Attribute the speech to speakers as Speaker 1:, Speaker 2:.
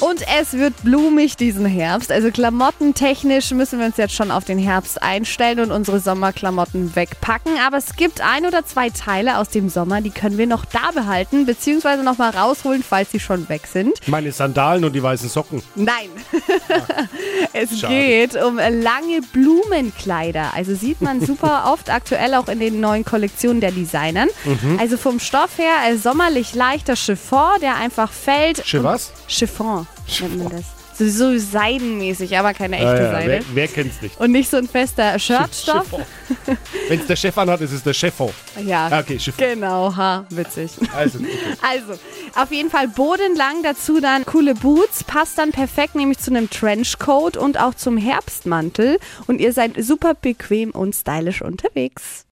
Speaker 1: Und es wird blumig diesen Herbst. Also klamottentechnisch müssen wir uns jetzt schon auf den Herbst einstellen und unsere Sommerklamotten wegpacken. Aber es gibt ein oder zwei Teile aus dem Sommer, die können wir noch da behalten, beziehungsweise nochmal rausholen, falls sie schon weg sind.
Speaker 2: Meine Sandalen und die weißen Socken.
Speaker 1: Nein. es
Speaker 2: schade.
Speaker 1: geht um lange Blumenkleider. Also sieht man super oft aktuell auch in den neuen Kollektionen der Designern. Also vom Stoff her äh, sommerlich leichter Chiffon, der einfach fällt.
Speaker 2: Che was?
Speaker 1: Chiffon, nennt man das. So, so seidenmäßig, aber keine echte
Speaker 2: Äh,
Speaker 1: Seide.
Speaker 2: wer, wer kennt's nicht?
Speaker 1: Und nicht so ein fester Shirtstoff.
Speaker 2: Wenn's der Chef anhat, ist es der Chefo.
Speaker 1: Ja,
Speaker 2: Ah, Okay, Chiffon.
Speaker 1: genau, ha, witzig.
Speaker 2: Also, okay.
Speaker 1: Also, auf jeden Fall bodenlang, dazu dann coole Boots, passt dann perfekt nämlich zu einem Trenchcoat und auch zum Herbstmantel und ihr seid super bequem und stylisch unterwegs.